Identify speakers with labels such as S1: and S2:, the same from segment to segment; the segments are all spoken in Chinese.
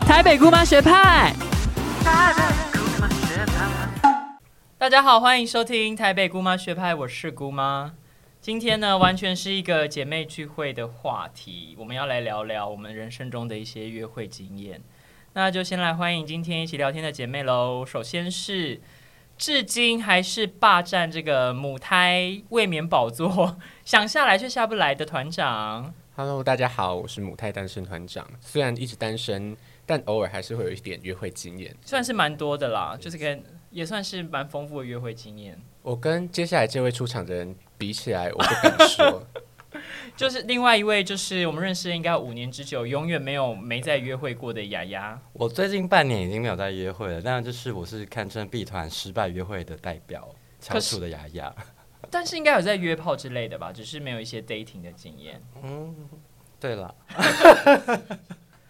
S1: 台北姑妈学派。大家好，欢迎收听台北姑妈学派，我是姑妈。今天呢，完全是一个姐妹聚会的话题，我们要来聊聊我们人生中的一些约会经验。那就先来欢迎今天一起聊天的姐妹喽。首先是至今还是霸占这个母胎卫冕宝座，想下来却下不来的团长。
S2: Hello，大家好，我是母胎单身团长。虽然一直单身，但偶尔还是会有一点约会经验。
S1: 算是蛮多的啦，就是跟也算是蛮丰富的约会经验。
S2: 我跟接下来这位出场的人比起来，我不敢 说。
S1: 就是另外一位，就是我们认识应该有五年之久，永远没有没再约会过的雅雅。
S3: 我最近半年已经没有在约会了，但就是我是堪称 B 团失败约会的代表，
S1: 可
S3: 翘
S1: 是
S3: 楚的雅雅。
S1: 但是应该有在约炮之类的吧，只是没有一些 dating 的经验。
S3: 对了，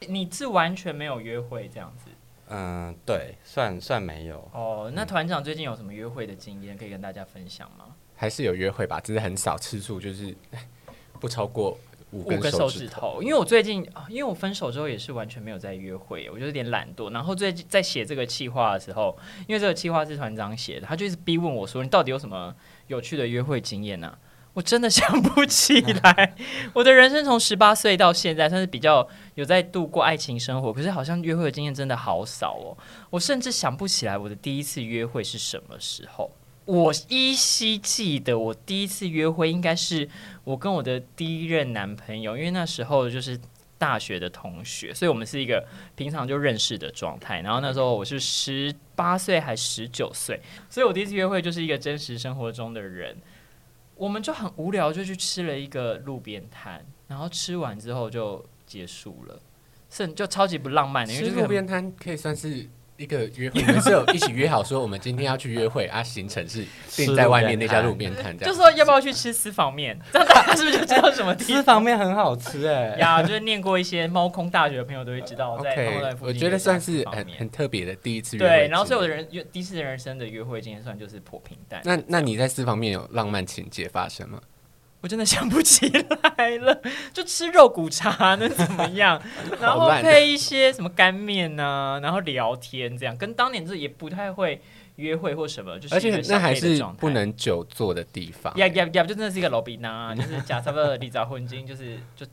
S1: 你是完全没有约会这样子
S3: 嗯，对，算算没有，
S1: 哦？那团长最近有什么约会的经验可以跟大家分享吗？
S2: 还是有约会吧，只是很少次数，就是 不超过五
S1: 五
S2: 根
S1: 根
S2: 手
S1: 手
S2: 指
S1: 指
S2: 头。
S1: 头，因为我最近，啊因为我分手之后也是完全没有在约会，我就有点懒惰。然后最近在写这个企划的时候，因为这个企划是团长写的，他就一直逼问我说：“你到底有什么有趣的约会经验呢、啊？”我真的 想不起
S2: 嗯
S1: 来。我的人生从十八岁到现在，算是比较有在度过爱情生活，可是好像约会的经验真的好少哦。我甚至想不起来我的第一次约会是什么时候。我依稀记得，我第一次约会应该是我跟我的第一任男朋友，因为那时候就是大学的同学，所以我们是一个平常就认识的状态。然后那时候我是十八岁还十九岁，所以我第一次约会就是一个真实生活中的人。我们就很无聊，就去吃了一个路边摊，然后吃完之后就结束了，甚就超级不浪漫的，因为
S2: 吃
S1: 就是
S2: 路
S1: 很
S2: 边摊可以算是一个约会，你们是有一起约好说我们今天要去 约会啊，行程是定在外面那家路边摊这
S1: 就
S2: 样。
S1: 说要不要去吃私房面， 这样大家是不是就知道什么地
S3: 私
S1: 方？
S3: 房面很好吃哎、
S1: 呀，就是念过一些猫空大学的朋友都会知道，在猫
S2: OK，
S1: 在附
S2: 我
S1: 近
S2: 觉
S1: 有
S2: 得
S1: 一家
S2: 算
S1: 私
S2: 是
S1: 房
S2: 很
S1: 面
S2: 很特别的第一次约会经
S1: 对。
S2: 验。
S1: 然后所以我的人约第一次人生的约会经验算就是颇平淡。
S2: 那那你在私房面有浪漫情节发生吗？
S1: 我真的想不起来了，就吃肉骨茶能怎么样？ 然后
S2: 好烂
S1: 配一些什么干面呐、然后聊天这样，跟当年这也不太会约会或什么，就是
S2: 而
S1: 一
S2: 且
S1: 个小
S2: 那还
S1: 妹的
S2: 是
S1: 状态
S2: 不能久坐的地方。
S1: 呀呀呀！就真的是一个老比 呐，就是假差不多离早婚金，就是就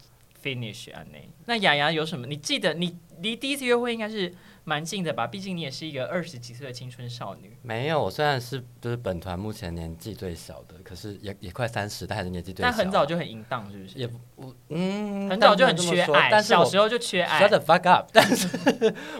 S1: finish 啊那。那雅雅有什么？你记得你离第一次约会应该是蛮近的吧？毕竟你也是一个二十几岁的青春少女，
S3: 没有，我虽然是就是本团目前年纪最小的，可是也也快三十，但还是年纪最小。
S1: 但很早就很淫荡，是不是？
S3: 也我嗯，
S1: 很早就很
S3: 但不能这
S1: 缺
S3: 么说
S1: 爱，
S3: 但是
S1: 小时
S3: 我。
S1: 候就缺爱
S3: Shut the。fuck up！但 是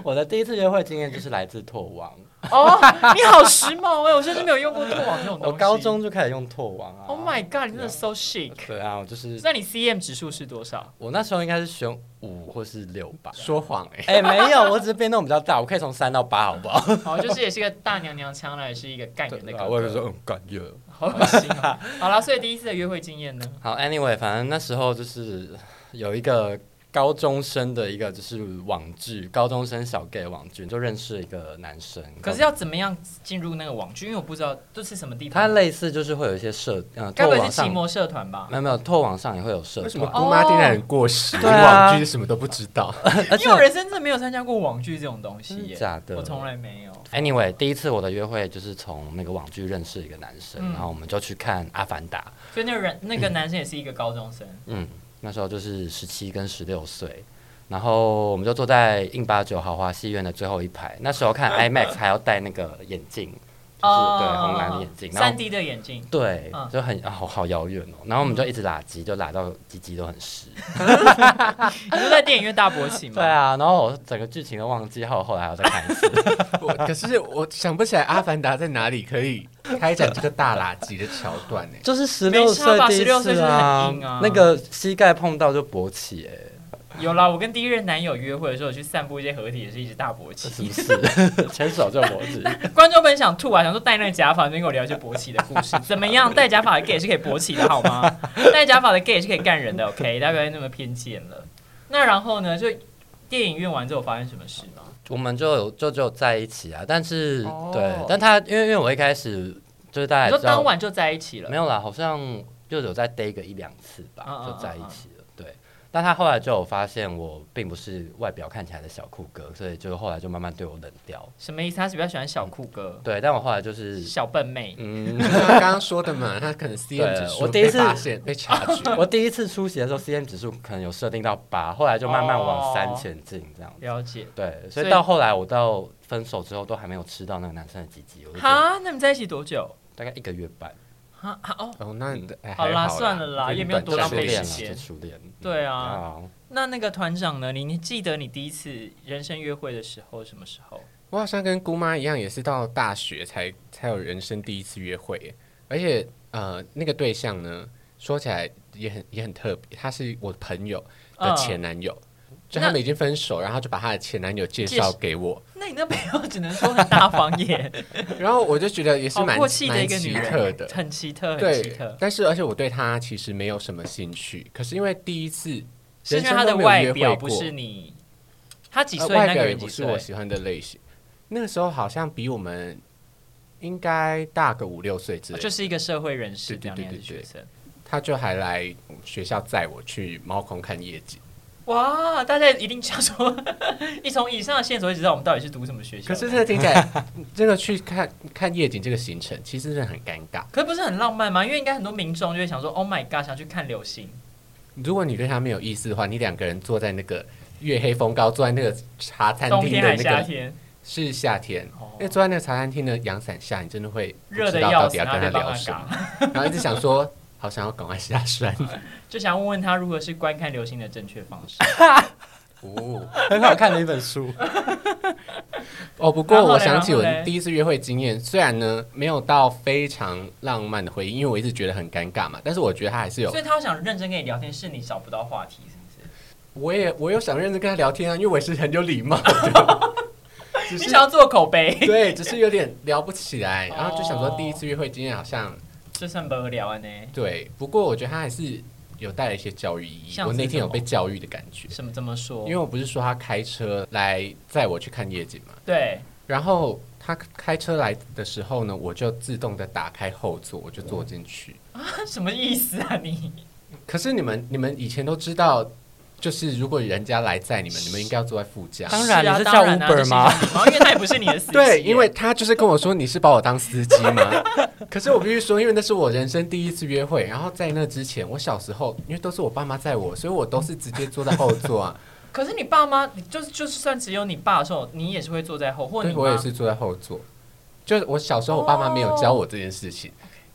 S3: 我的第一次约会经验就是来自拓网，
S1: 哦， 你好时髦哎！我甚至没有用过拓网这种东
S3: 我
S1: 西。
S3: 高中就开始用拓网啊。
S1: ，Oh my god！你真的 so chic。
S3: 对啊，我就是
S1: 那你 CM 指数是多少？
S3: 我那时候应该是选五或是六吧。
S2: 说谎哎、
S3: 哎、没有，我只是变动比较大，我可以从三到八，好不好？
S1: 好，哦就是也是个大娘娘腔了，啊也是一个干人的
S3: 对
S1: 哥
S3: 吧
S1: 哥。
S3: 我就说嗯，感觉。
S1: 好恶心哦。好啦，所以第一次的约会经验呢？
S3: 好，anyway，反正那时候就是有一个高中生的一个就是网剧，高中生小 gay 网剧，就认识了一个男生。
S1: 可是要怎么样进入那个网剧？因为我不知道这是什么地
S3: 他
S1: 方。
S3: 类似就是会有一些社，呃，
S1: 该
S3: 透
S1: 不会
S3: 网
S1: 是骑
S3: 上嗯
S1: 摩社团吧
S3: 没？有没有，透网上也会有社
S2: 为什么
S3: 团，哦
S2: 姑妈听起来很过时？
S1: 哦
S3: 对啊
S2: 网剧什么都不知 道。
S3: 而
S1: 因为我人生真的没有参加过网剧这种东西
S3: 真的
S1: 耶，
S3: 假的，
S1: 我从来没有。
S3: Anyway，第一次我的约会就是从那个网剧认识一个男生，
S1: 嗯
S3: 然后我们就去看《阿凡达》。
S1: 所以那个 人那个男生也是一个高中生，
S3: 嗯，那时候就是十七跟十六岁，然后我们就坐在印八九豪华戏院的最后一排。那时 候看 IMAX 还要戴那个眼镜，就是、对红蓝的眼镜，然
S1: 哦三
S3: 后
S1: D 的眼镜，
S3: 对
S1: 嗯，
S3: 就很、啊好好遥远哦。然后我们就一直拉鸡，就拉到鸡鸡都很湿。
S1: 你就在电影院大勃起吗？
S3: 对，啊，然后我整个剧情都忘记，还有后来还要再看一次。
S1: 啊
S2: 我可是我想不起来《阿凡达》在哪里可以开展这个大垃圾的桥段欸 呢、
S3: 就是十
S1: 没
S3: 六
S1: 差
S3: 岁
S1: 吧
S3: 第一
S1: 16岁
S3: 次
S1: 就是
S3: 啊
S1: 很硬啊，
S3: 那个膝盖碰到就勃起、哎。
S1: 有啦。我跟第一任男友约会的时候，去散步一些合体，也是一直大勃
S3: 是
S1: 起
S3: 不。是？ 牵手就脖子，
S1: 观众们想吐啊，想说戴那个假发，那边跟我聊一些勃起的 故事，怎么样？戴假发的 gay 也是可以勃起的好吗？戴假发的 gay 也是可以干人的，OK？大家不要那么偏见了。那然后呢？就电影院完之后发生什么事吗？
S3: 我们就有就就在一起啊。但是、
S1: 哦
S3: 对，但他因为因为我一开始就是大家
S1: 你
S3: 也
S1: 说
S3: 知道
S1: 当晚就在一起了
S3: 没？有啦，好像就有再逮个一两次吧，
S1: 嗯嗯
S3: 就在一起了。对，但他后来就有发现我并不是外表看起来的小酷哥，所以就后来就慢慢对我冷掉。
S1: 什么意思？他是比较喜欢小酷哥、
S3: 对，但我后来就是
S1: 小笨妹。
S3: 嗯，
S2: 就像刚刚说的嘛，他可能 CM
S3: 对
S2: 指数
S3: 我第一
S2: 被
S3: 次
S2: 发现被察 觉，
S3: 我第一次出席的时候 CM 指数可能有设定到八，后来就慢慢往三前进这样子。
S1: 了解。
S3: 对，
S1: 所
S3: 所
S1: 以
S3: 以到后来我到分手之后都还没有吃到那个男生的鸡鸡，我就觉得
S1: 哈，那你们在一起多久？
S3: 大概一个月半，
S1: 哈哈哦，
S2: 哦，那哎
S1: 好
S2: 还
S1: 啦
S2: 啦，
S1: 算了啦
S2: 就
S1: 也没啊有多
S2: 短
S1: 浪
S3: 初
S2: 暂
S1: 费
S2: 时
S3: 恋
S2: 恋
S3: 了
S1: 时间
S3: 就初恋。
S1: 对啊。
S3: 啊，
S1: 那那个团长呢？你你记得你第一次人生约会的时候什么时候？
S2: 我好像跟姑妈一样，也是到大学才才有人生第一次约会耶，而且呃，那个对象呢，说起来也很也很特别，他是我朋友的前男友，
S1: 哦
S2: 就他们已经分手，然后就把他的前男友介绍给我，
S1: 那你那朋友只能说很大方耶，
S2: 然后我就觉得也是
S1: 好
S2: 蛮
S1: 过气的一
S2: 蛮
S1: 个
S2: 奇
S1: 女
S2: 特
S1: 人，欸
S2: 的，
S1: 很奇特，很奇
S2: 对
S1: 特，。
S2: 但是而且我对他其实没有什么兴趣，可是因为第一次
S1: 是因为
S2: 人生
S1: 他的
S2: 都没有
S1: 外
S2: 约
S1: 表
S2: 会
S1: 不
S2: 过
S1: 是你，他几
S2: 呃
S1: 岁？
S2: 外
S1: 那
S2: 表
S1: 个
S2: 也
S1: 人几
S2: 不是
S1: 岁？
S2: 我喜欢的类型，那个时候好像比我们应该大个五六岁之
S1: 哦
S2: 类
S1: 就
S2: 的。
S1: 是一个社会人士，
S2: 对对
S1: 这样
S2: 对
S1: 的
S2: 对
S1: 学
S2: 对
S1: 生。
S2: 他就还来学校载我去猫空看夜景。
S1: 哇，大家一定想说， 一从以上的线索，知道我们到底是读什么学校。
S2: 可是这个听起来， 这个去看看夜景这个行程，其实是很尴尬。
S1: 可是不是很浪漫吗？因为应该很多民众就会想说，Oh my god，想去看流星。
S2: 如果你对他没有意思的话，你两个人坐在那个月黑风高，坐在那个茶餐
S1: 冬
S2: 厅
S1: 天
S2: 的
S1: 还
S2: 那
S1: 是夏
S2: 个
S1: 天，
S2: 是夏天，
S1: 哦
S2: 因为坐在那个茶餐厅的阳伞下，你真的会不
S1: 热
S2: 知
S1: 的
S2: 道
S1: 要
S2: 到
S1: 死，
S2: 底要
S1: 然
S2: 跟
S1: 后
S2: 他
S1: 就帮
S2: 聊
S1: 他
S2: 什么，
S1: 嘎，
S2: 然后一直想说，好想要赶快下山。
S1: 就想问问他如何是观看流星的正确方式。
S2: 哦，
S3: 很好看的一本书。
S2: 哦，不过
S1: 然后
S2: 我
S1: 嘞
S2: 想起我
S1: 然后嘞
S2: 第一次约会经验，虽然呢没有到非常浪漫的回忆，因为我一直觉得很尴尬嘛，但是我觉得他还是 有
S1: 所，以他想认真跟你聊天，是你找不到话题，是不是？
S2: 我也我有想认真跟他聊天啊，因为我也是很有礼貌的， 只
S1: 你
S2: 是
S1: 想要做口碑，
S2: 对，只是有点聊不起来，
S1: 哦
S2: 然后就想说第一次约会经验好像
S1: 这算无聊呢？
S2: 对，不过我觉得他还是有带了一些教育意义，
S1: 像是
S2: 我那天
S1: 什
S2: 有
S1: 么
S2: 被教育的感觉，
S1: 什么这么说？
S2: 因为我不是说他开车来载我去看夜景嘛，
S1: 对，
S2: 然后他开车来的时候呢，我就自动的打开后座，我就坐进去。
S1: 什么意思啊你？
S2: 可是你们你们以前都知道，就是如果人家来载你们，你们应该要坐在副驾。
S3: 当然
S1: 是啊
S3: 你是叫
S1: 当然啊
S3: Uber
S1: 这是一种
S3: 吗
S1: 礼貌因为他也不是你的司机耶。啊
S2: 对，因为他就是跟我说你是把我当司机吗？可是我必须说，因为那是我人生第一次约会，然后在那之前，我小时候因为都是我爸妈载我，所以我都是直接坐在后座啊。
S1: 可是你爸妈，你就是就算只有你爸的时候，你也是会坐在后，或
S2: 对，
S1: 你妈
S2: 我也是坐在后座。就是我小时候，我爸妈没有教我这件事情，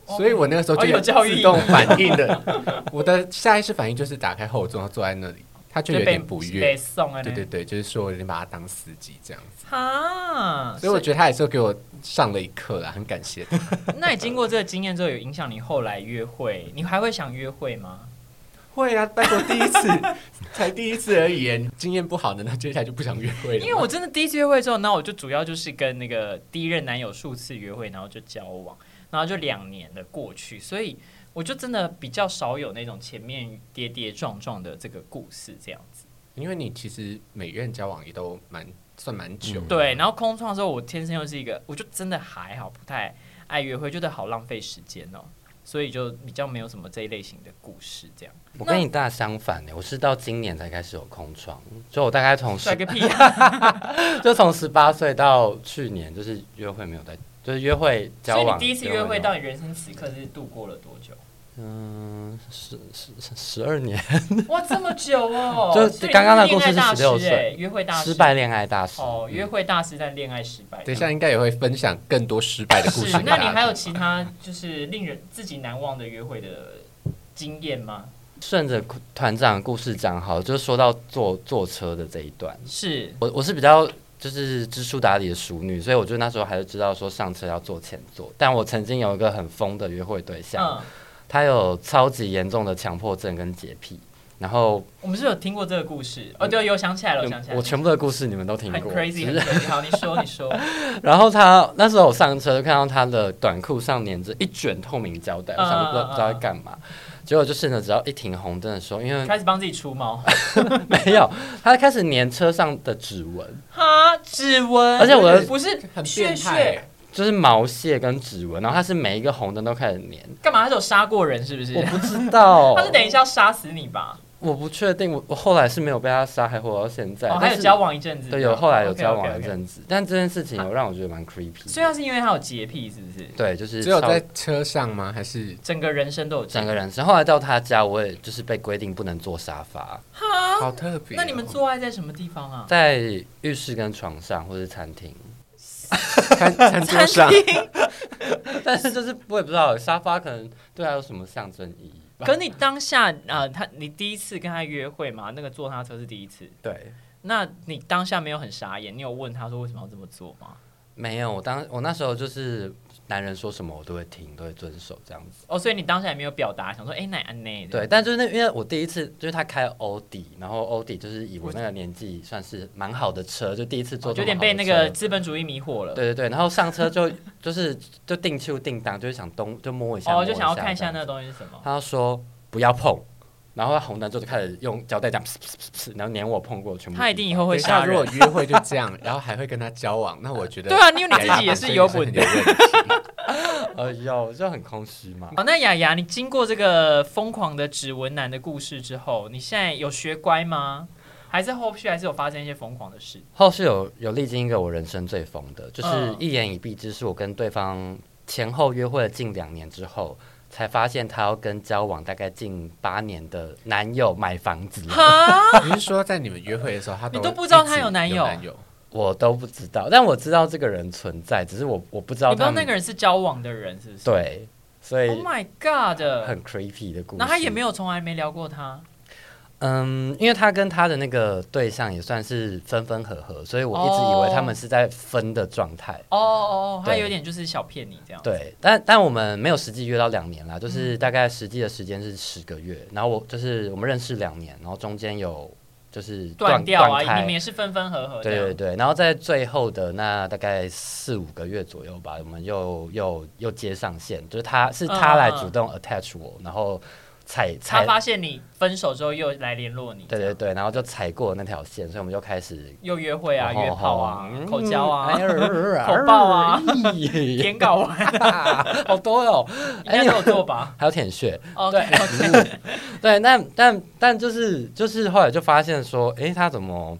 S1: 哦
S2: 所以我那个时候
S1: 哦
S2: 就
S1: 有教育意义
S2: 自动反应的。我的下意识反应就是打开后座，然后坐在那里，他就
S1: 就
S2: 有
S1: 被
S2: 点不
S1: 被
S2: 悦。
S1: 送啊，
S2: 对对，对，就是说我有点把他当司机这样子。
S1: 哈，
S2: 所以我觉得他也是给我上了一课啦，很感谢他。
S1: 那你经过这个经验之后，有影响你后来约会，你还会想约会吗？
S2: 会啊，但我第一次才第一次而已耶，经验不好的那接下来就不想约会了。
S1: 因为我真的第一次约会之后，那我就主要就是跟那个第一任男友数次约会，然后就交往，然后就两年的过去，所以我就真的比较少有那种前面跌跌撞撞的这个故事这样子。
S2: 因为你其实每任交往也都蛮算蛮久的，
S3: 嗯
S1: 对，然后空窗之后，我天生又是一个，我就真的还好，不太爱约会，觉得好浪费时间哦，所以就比较没有什么这一类型的故事这样。
S3: 我跟你大相反呢，欸我是到今年才开始有空窗，就我大概从
S1: 帅
S3: 十
S1: 个屁啊！
S3: 就从十八岁到去年，就是约会没有在，就是约会交
S1: 所以
S3: 往。
S1: 哦你第一次约
S3: 没
S1: 会
S3: 有
S1: 到你人生此刻是度过了多 久？
S3: 嗯十十十二年，
S1: 哇，这么久哦！
S3: 就
S1: 所以
S3: 刚刚那个
S1: 你
S3: 故事
S1: 恋爱大
S3: 是16
S1: 师
S3: 岁
S1: 哎约会大师
S3: 失败恋爱大师。
S1: 哦，约会大师但恋爱失败。嗯
S2: 等一下应该也会分享更多失败的故
S1: 是
S2: 事给大，家
S1: 那
S2: 听。
S1: 你还有其他就是令人自己难忘的约会的经验吗？
S3: 顺着团长的故事讲好，就说到坐坐车的这一段，
S1: 是
S3: 我我是比较就是知书达理的熟女，所以我就那时候还是知道说上车要坐前座。但我曾经有一个很疯的约会对象，
S1: 嗯，
S3: 他有超级严重的强迫症跟洁癖，然后
S1: 我们是有听过这个故事哦，对，有想起来了，我想起来
S3: 嗯我
S1: 了，
S3: 全部的故事你们都听
S1: 很
S3: 过，
S1: crazy，很
S3: 只是
S1: crazy。好，你说，你说，
S3: 然后他那时候我上车就看到他的短裤上粘着一卷透明胶带，我想说不知
S1: 嗯嗯
S3: 道
S1: 嗯
S3: 不知道在干嘛。结果就是呢，只要一停红灯的时候，因为
S1: 开始帮自己除毛，
S3: 没有，他开始粘车上的指纹，
S1: 哈，指纹，
S3: 而且我的
S1: 不是
S2: 很
S1: 血
S2: 变态
S1: 血，
S2: 耶，
S3: 就是毛屑跟指纹，然后他是每一个红灯都开始粘，
S1: 干嘛？他是有杀过人是不是
S3: 我？不知道
S1: 他，是等一下要杀死你吧？
S3: 我不确定，我我后来是没有被他杀害活到现在，
S1: 哦，还
S3: 但
S1: 有
S3: 是
S1: 交往一阵子，
S3: 对，有哦后来有交往
S1: OK，OK，OK
S3: 一。阵子，但这件事情有让我觉得蛮 creepy 的。
S1: 所以他是因为他有洁癖，是不是？
S3: 对，就是
S2: 只有
S3: 稍
S2: 在车上吗？还是
S1: 整个人生都有洁
S3: 整
S1: 癖
S3: 个人生，后来到他家，我也就是被规定不能坐沙发，
S2: 好特别
S1: 那
S2: 哦、
S1: 你们做爱在什么地方啊？
S3: 在浴室跟床上或是餐厅，
S2: 餐餐桌上，
S3: 但是就是我也不知道沙发可能对他有什么象征意义吧。
S1: 可你当下啊、呃他你第一次跟他约会嘛？那个坐他车是第一次，
S3: 对，
S1: 那你当下没有很傻眼，你有问他说为什么要这么做吗？
S3: 没有，我当我那时候就是男人说什么我都会听，都会遵守这样子。
S1: 哦，所以你当下也没有表达，想说哎奶安内
S3: 对，但就是那因为我第一次就是他开欧迪，然后欧迪就是以我那个年纪算是蛮好的车，就第一次坐
S1: 哦
S3: 这
S1: 有
S3: 么好的
S1: 点
S3: 车，
S1: 被那个资本主义迷惑了。
S3: 对对对，然后上车就就是就定秋定当，就是想东就摸一下，
S1: 哦，
S3: 摸
S1: 就想要看一
S3: 这
S1: 下
S3: 样
S1: 那个东西是什么。
S3: 他说不要碰，然后红灯之后就开始用胶带这样噗噗噗噗噗，然后撵我碰过全部。
S1: 他一定以后
S2: 等
S1: 会
S2: 一
S1: 杀
S2: 下，如
S1: 人
S2: 果。约会就这样，然后还会跟他交往，那我觉得
S1: 对啊，因为你自
S2: 雅雅
S1: 己也
S2: 本
S1: 是
S2: 身
S1: 有
S2: 很
S1: 本
S2: 有问题
S3: 哎呦，就很空虚嘛。
S1: 好，哦那雅雅，你经过这个疯狂的指纹男的故事之后，你现在有学乖吗？还是后续还是有发生一些疯狂的事？
S3: 后续有有历经一个我人生最疯的，就是
S1: 嗯
S3: 一言以蔽之，是我跟对方前后约会了近两年之后，才发现他要跟交往大概近八年的男友买房子了，
S1: 哈，
S2: 你是说在你们约会的时候，他
S1: 你
S2: 都
S1: 都不知道
S2: 一
S1: 他
S2: 直
S1: 有
S2: 有
S1: 男友
S2: 友
S3: 我都不知道，但我知道这个人存在，只是我我不知道
S1: 你不知
S3: 他
S1: 道
S3: 们
S1: 那个人是交往的人是不是？
S3: 对，所以
S1: ，Oh my God！
S3: 很 creepy 的故事。
S1: 然后他也没有从来没聊过他，
S3: 嗯，因为他跟他的那个对象也算是分分合合，所以我一直以
S1: 哦
S3: 为他们是在分的状态。
S1: 哦哦哦，他
S3: 对
S1: 有点就是小骗你这样。，
S3: 对，但但我们没有实际约到两年啦，就是大概实际的时间是十个月。然后我就是我们认识两年，然后中间有就是
S1: 断掉啊，
S3: 断开
S1: 你们也是分分合合这
S3: 对对
S1: 样。
S3: 对，然后在最后的那大概四五个月左右吧，我们又又又接上线，就是他是他来主动 attach 我，然后踩
S1: 嗯他
S3: 踩，
S1: 发现你分手之后又来联络你，
S3: 对对对，然后就踩过那条线，所以我们就开始
S1: 又约会啊、
S3: 吼吼
S1: 约炮啊、
S3: 嗯
S1: 口交啊
S3: 哎、呦
S1: 口爆啊，
S3: 咦
S1: 舔睾 丸，
S3: 好多哦，
S1: 应该都有做 吧？
S3: 还有舔血，
S1: 哦，对，OK，
S3: 嗯对，那但但就是就是后来就发现说，诶，他怎么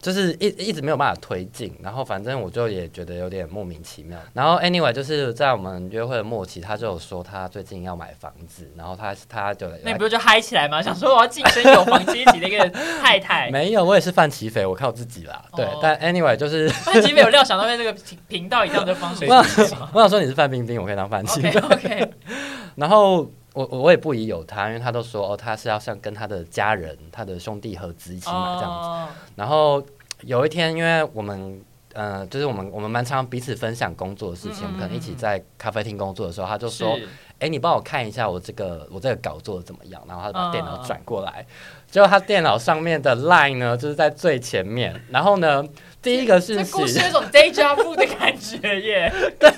S3: 就是一一直没有办法推进，然后反正我就也觉得有点莫名其妙。然后 anyway 就是在我们约会的末期，他就有说他最近要买房子，然后他他就
S1: 那你不是就嗨起来吗？想说我要晋升有房阶级的一个太太。
S3: 没有，我也是犯齐匪，我靠自己啦。对，
S1: 哦
S3: 但 anyway 就是
S1: 范吉没有料想到在这个频频道以这样的方式
S3: 哇
S1: 是 吗
S3: 我想说你是范冰冰，我可以当范齐
S1: ？OK OK，
S3: 然后我我我也不疑有他，因为他都说哦，他是要像跟他的家人、他的兄弟合资一起买这样子。
S1: 哦，
S3: 然后有一天，因为我们呃，就是我们我们蛮常彼此分享工作的事情，
S1: 嗯嗯
S3: 我们可能一起
S1: 嗯嗯
S3: 在咖啡厅工作的时候，他就说
S1: 是，
S3: 哎，你帮我看一下我这个我这个稿做的怎么样？然后他
S1: 嗯
S3: 就把电脑转过来，结果他电脑上面的 line 呢，就是在最前面。然后呢，第一个
S1: 这
S3: 讯
S1: 故事
S3: 息
S1: 有，种 deja vu 的感觉耶。
S3: 对，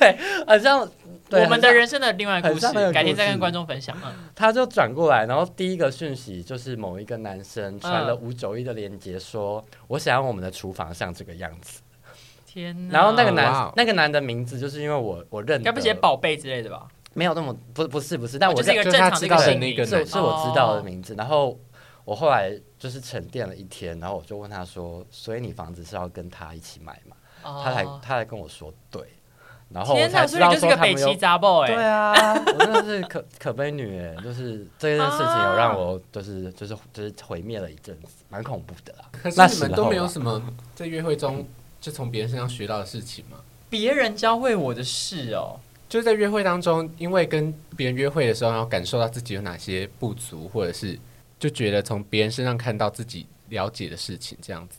S3: 好像 对
S1: 我们
S3: 很
S1: 的
S3: 像
S1: 人生的另外一个故
S3: 很
S1: 事
S3: 像那，个
S1: 改天再
S3: 故事
S1: 跟观众分享。嗯，
S3: 他就转过来，然后第一个讯息就是某一个男生传
S1: 嗯
S3: 了五九一的链接，说、我想要我们的厨房像这个样子。
S1: 天哪！
S3: 然后那个男、
S2: 哇哦
S3: 那个男的名字，就是因为我我认
S1: 该不
S3: 得
S1: 写宝贝之类的吧？
S3: 没有那么不不是不是，但我
S1: 哦就是一
S3: 认
S1: 个
S2: 就
S1: 正
S2: 是他
S1: 常的一个
S2: 知道的
S1: 姓
S2: 那
S1: 名
S2: 个
S3: 是
S2: 男
S3: 是我知道的
S1: 哦
S3: 名字。然后我后来就是沉淀了一天，然后我就问他说，所以你房子是要跟他一起买嘛？
S1: 哦
S3: 他才他才跟我说对，然后我
S1: 天
S3: 才
S1: 所以
S3: 知
S1: 你
S3: 道
S1: 就是
S3: 说
S1: 个
S3: 他
S1: 北
S3: 们有
S1: 齐杂 boy
S3: 对
S1: 哎。
S3: 啊，我真的是可可悲女哎，就是这件事情有让
S1: 哦
S3: 我就是就是就是毁灭了一阵子，蛮恐怖的啦。
S2: 可
S3: 那
S2: 是你
S3: 时
S2: 们
S3: 候
S2: 都没
S3: 啊
S2: 有什么在约会中就从别人身上学到的事情吗？
S1: 别人教会我的事哦。
S2: 就是在约会当中，因为跟别人约会的时候，然后感受到自己有哪些不足，或者是就觉得从别人身上看到自己了解的事情，这样子。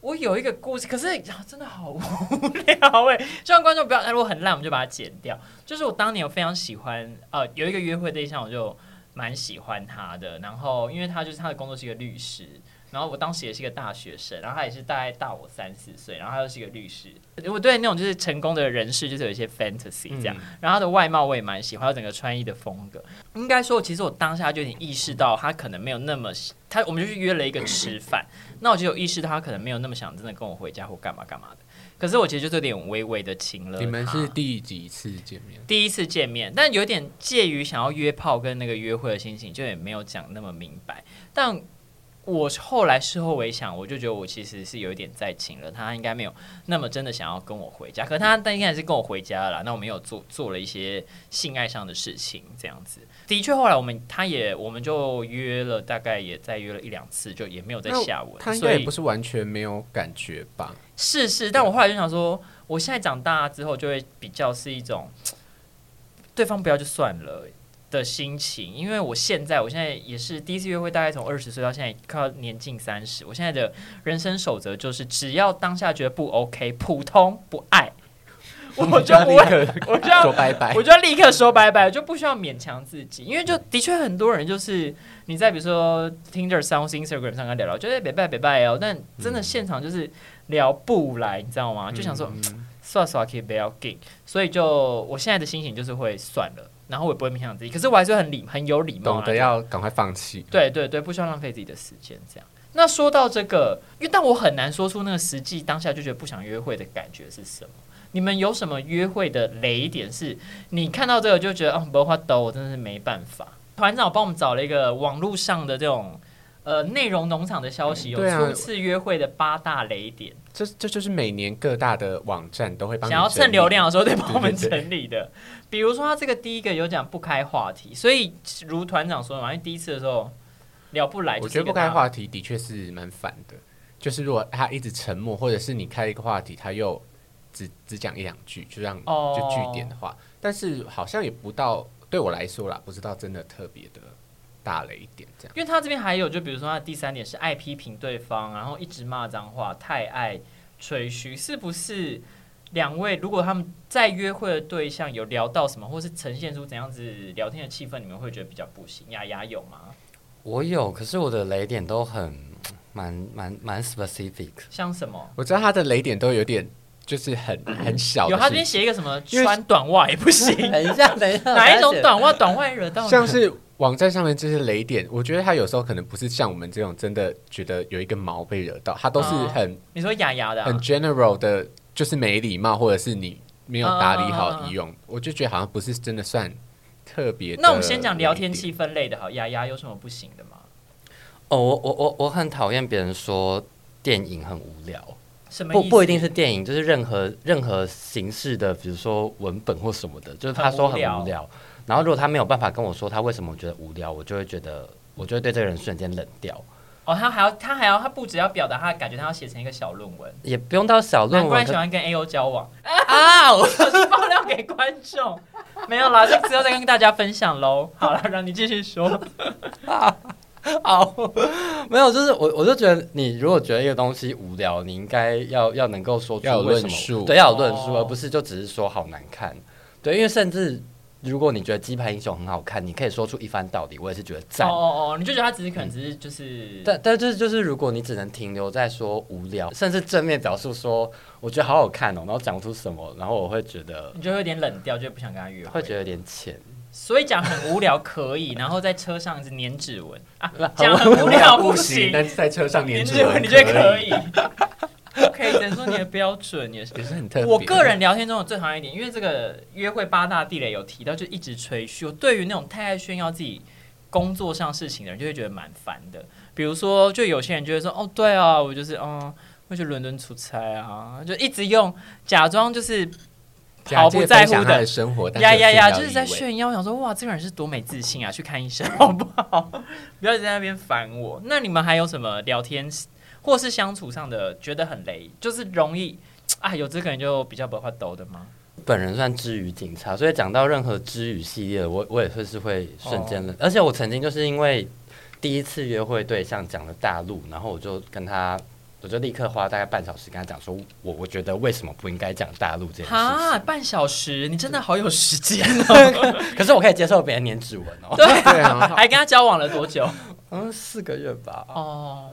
S1: 我有一个故事，可是、啊、真的好无聊哎、希望观众不要，如果很烂，我们就把它剪掉。就是我当年我非常喜欢，呃，有一个约会对象，我就蛮喜欢他的。然后因为他就是他的工作是一个律师，然后我当时也是个大学生，然后他也是大概大我三四岁，然后他又是一个律师。我对那种就是成功的人士，就是有一些 fantasy 这样。
S2: 嗯
S1: 然后他的外貌我也蛮喜欢，他整个穿衣的风格。应该说，其实我当下就有点意识到他可能没有那么喜他，我们就是约了一个吃饭，那我就有意识到他可能没有那么想真的跟我回家或干嘛干嘛的。可是我其实就是有点微微的情了他。
S2: 你们是第几次见面？
S1: 第一次见面，但有点介于想要约炮跟那个约会的心情，就也没有讲那么明白。但我后来事后回想，我就觉得我其实是有一点在情了，他应该没有那么真的想要跟我回家，可他但应该还是跟我回家了啦。那我们有做做了一些性爱上的事情，这样子。的确，后来我们他也我们就约了，大概也再约了一两次，就也没有再
S2: 那
S1: 下文。
S2: 他应
S1: 所
S2: 该
S1: 以
S2: 也不是完全没有感觉吧？
S1: 是是，但我后来就想说，我现在长大之后就会比较是一种，对方不要就算了的心情，因为我现在我现在也是第一次约会，大概从二十岁到现在快要年近三十，我现在的人生守则就是，只要当下觉得不 OK，普通不 爱，我就不
S2: 立
S1: 会，
S2: 刻
S1: 我就要
S2: 说拜拜
S1: 我。就要立刻说拜拜，我就不需要勉强自己，因为就的确很多人就是你在比如说 Tinder 上或是 Instagram 上跟他啊聊聊，就是北拜北拜哦，但真的现场就是聊不来，你知道
S2: 嗯
S1: 吗？就想说算算可以不要 g 所以就我现在的心情就是会算了，然后我也不会勉强自己，可是我还是会很礼很有礼貌啊，
S2: 懂得要赶快放弃。
S1: 对对对，不需要浪费自己的时间这样。那说到这个，因为但我很难说出那个实际当下就觉得不想约会的感觉是什么。你们有什么约会的雷点是？你看到这个就觉得啊，不花抖，我真的是没办法。团长帮我们找了一个网络上的这种呃内容农场的消息，有
S2: 对啊
S1: 初次约会的八大雷点，
S2: 这这就是每年各大的网站都会帮你
S1: 想要
S2: 整
S1: 蹭
S2: 理
S1: 流量的时候，对，帮我们
S2: 对对对
S1: 整理的。比如说他这个第一个有讲不开话题，所以如团长说的嘛，因为第一次的时候聊不来，
S2: 我
S1: 就是
S2: 觉得
S1: 一
S2: 不
S1: 个
S2: 该
S1: 大
S2: 话题的确是蛮烦的，就是如果他一直沉默，或者是你开一个话题，他又只只讲一两句，就让
S1: 哦
S2: 就据点的话，但是好像也不到对我来说啦，不知道真的特别的大了一点这样。
S1: 因为他这边还有，就比如说他第三点是爱批评对方，然后一直骂脏话，太爱吹嘘，是不是？两位如果他们在约会的对象有聊到什么，或是呈现出怎样子聊天的气氛，你们会觉得比较不行？雅雅有吗？
S3: 我有，可是我的雷点都很蛮蛮蛮 specific。
S1: 像什么？
S2: 我知道他的雷点都有点就是很很小
S1: 嗯有他
S2: 的
S1: 这边
S2: 事情，
S1: 写一个什么
S2: 因为
S1: 穿短袜也不 行，
S3: 等一 下，等一下，
S1: 哪一种
S3: 我发现？
S1: 短袜短袜惹到你？
S2: 像是网站上面这些雷点，我觉得他有时候可能不是像我们这种真的觉得有一个毛被惹到，他都是
S1: 哦
S2: 很
S1: 你说雅雅的、啊
S2: 很，general 的，就是没礼貌，或者是你没有打理
S1: 嗯
S2: 好仪容，我就觉得好像不是真的算特别的雷点。
S1: 那我们先讲聊天气氛类的好，雅雅有什么不行的吗？
S3: 哦，我我我我很讨厌别人说电影很无聊，
S1: 什么
S3: 不
S1: 意思
S3: 不一定是电影，就是任何任何形式的，比如说文本或什么的，就是他说很
S1: 很
S3: 无
S1: 无
S3: 聊，然后如果他没有办法跟我说他为什么觉得无聊，我就会觉得我就会对这个人瞬间冷掉。
S1: 哦，他还要他还要他不只要表达他的感觉，他要写成一个小论文。
S3: 也不用到小论
S1: 难怪
S3: 文
S1: 喜
S3: 可
S1: 欢跟 A O 交往，
S3: 啊，我
S1: 小心爆料给观众。没有啦，这之后再跟大家分享喽。好了，让你继续说。
S3: 好， 没有，就是我，我就觉得你如果觉得一个东西无聊，你应该要要能够说出
S2: 要有
S3: 为
S2: 论
S3: 什么
S2: 述
S3: 对，要有论述，
S1: 哦
S3: 而不是就只是说好难看。对，因为甚至如果你觉得《鸡排英雄》很好看，你可以说出一番道理，我也是觉得
S1: 哦
S3: 赞。
S1: 哦哦，你就觉得他只是可能只是就是，
S3: 但但就是就是，如果你只能停留在说无聊，甚至正面表述说我觉得好好看哦，然后讲不出什么，然后我会觉得
S1: 你就会有点冷掉，就不想跟他约
S3: 会
S1: 会。
S3: 觉得有点浅。
S1: 所以讲很无聊可以，然后在车上是粘指纹啊，
S3: 好
S1: 讲很无聊
S2: 不
S1: 行，
S2: 但是在车上
S1: 粘
S2: 黏
S1: 指
S2: 住
S1: 纹你觉得可以 ？OK，只能说你的标准也是。
S2: 也是很特别。
S1: 我个人聊天中我最讨厌一点，因为这个约会八大地雷有提到，就一直吹嘘。我对于那种太爱炫耀自己工作上事情的人，就会觉得蛮烦的。比如说，就有些人就会说：“哦，对啊，我就是嗯，会去伦敦出差啊。”就一直用假装就是
S2: 假
S1: 毫不
S2: 借
S1: 在
S2: 分享
S1: 乎
S2: 他
S1: 的
S2: 的生活，但
S1: 呀
S2: 是有
S1: 呀呀，
S2: 炫耀
S1: 就是在
S2: 意味。
S1: 炫耀。我想说，哇，这个人是多没自信啊！去看医生好不好？ 不要一直在那边烦我。那你们还有什么聊天或是相处上的觉得很雷，就是容易啊有这个人就比较不会抖的吗？
S3: 本人算知语警察，所以讲到任何知语系列的，我我也会是会瞬间
S1: 哦
S3: 冷。而且我曾经就是因为第一次约会对象讲了大陆，然后我就跟他，我就立刻花大概半小时跟他讲说，我我觉得为什么不应该讲大陆这件事
S1: 哈，半小时，你真的好有 时间哦。
S3: 情。可是我可以接受别人粘指纹哦。
S1: 对
S2: 对啊
S1: 还跟他交往了多久？
S3: 嗯，四个月吧，
S1: 哦，